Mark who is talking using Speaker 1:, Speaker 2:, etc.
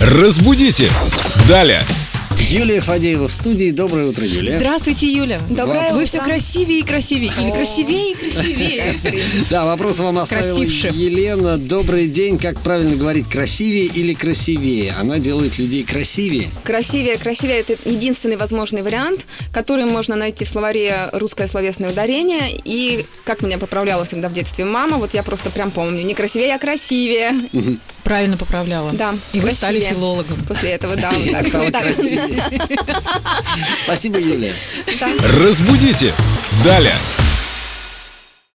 Speaker 1: Разбудите! Далее!
Speaker 2: Юлия Фадеева в студии. Доброе утро, Юлия.
Speaker 3: Здравствуйте, Юля.
Speaker 4: Доброе
Speaker 3: Вы
Speaker 4: утро.
Speaker 3: все красивее и красивее. Или красивее и красивее.
Speaker 2: Да, вопрос вам оставила
Speaker 3: Красивше.
Speaker 2: Елена. Добрый день. Как правильно говорить, красивее или красивее? Она делает людей красивее.
Speaker 4: Красивее, красивее – это единственный возможный вариант, который можно найти в словаре «Русское словесное ударение». И как меня поправляла всегда в детстве мама, вот я просто прям помню. Не красивее, а красивее.
Speaker 3: Правильно поправляла.
Speaker 4: Да,
Speaker 3: И вы стали
Speaker 4: красивее.
Speaker 3: филологом.
Speaker 4: После этого, да. вот так,
Speaker 2: Стало
Speaker 4: вот так.
Speaker 2: красивее. а Спасибо, Юлия.
Speaker 4: Да.
Speaker 1: Разбудите! Далее!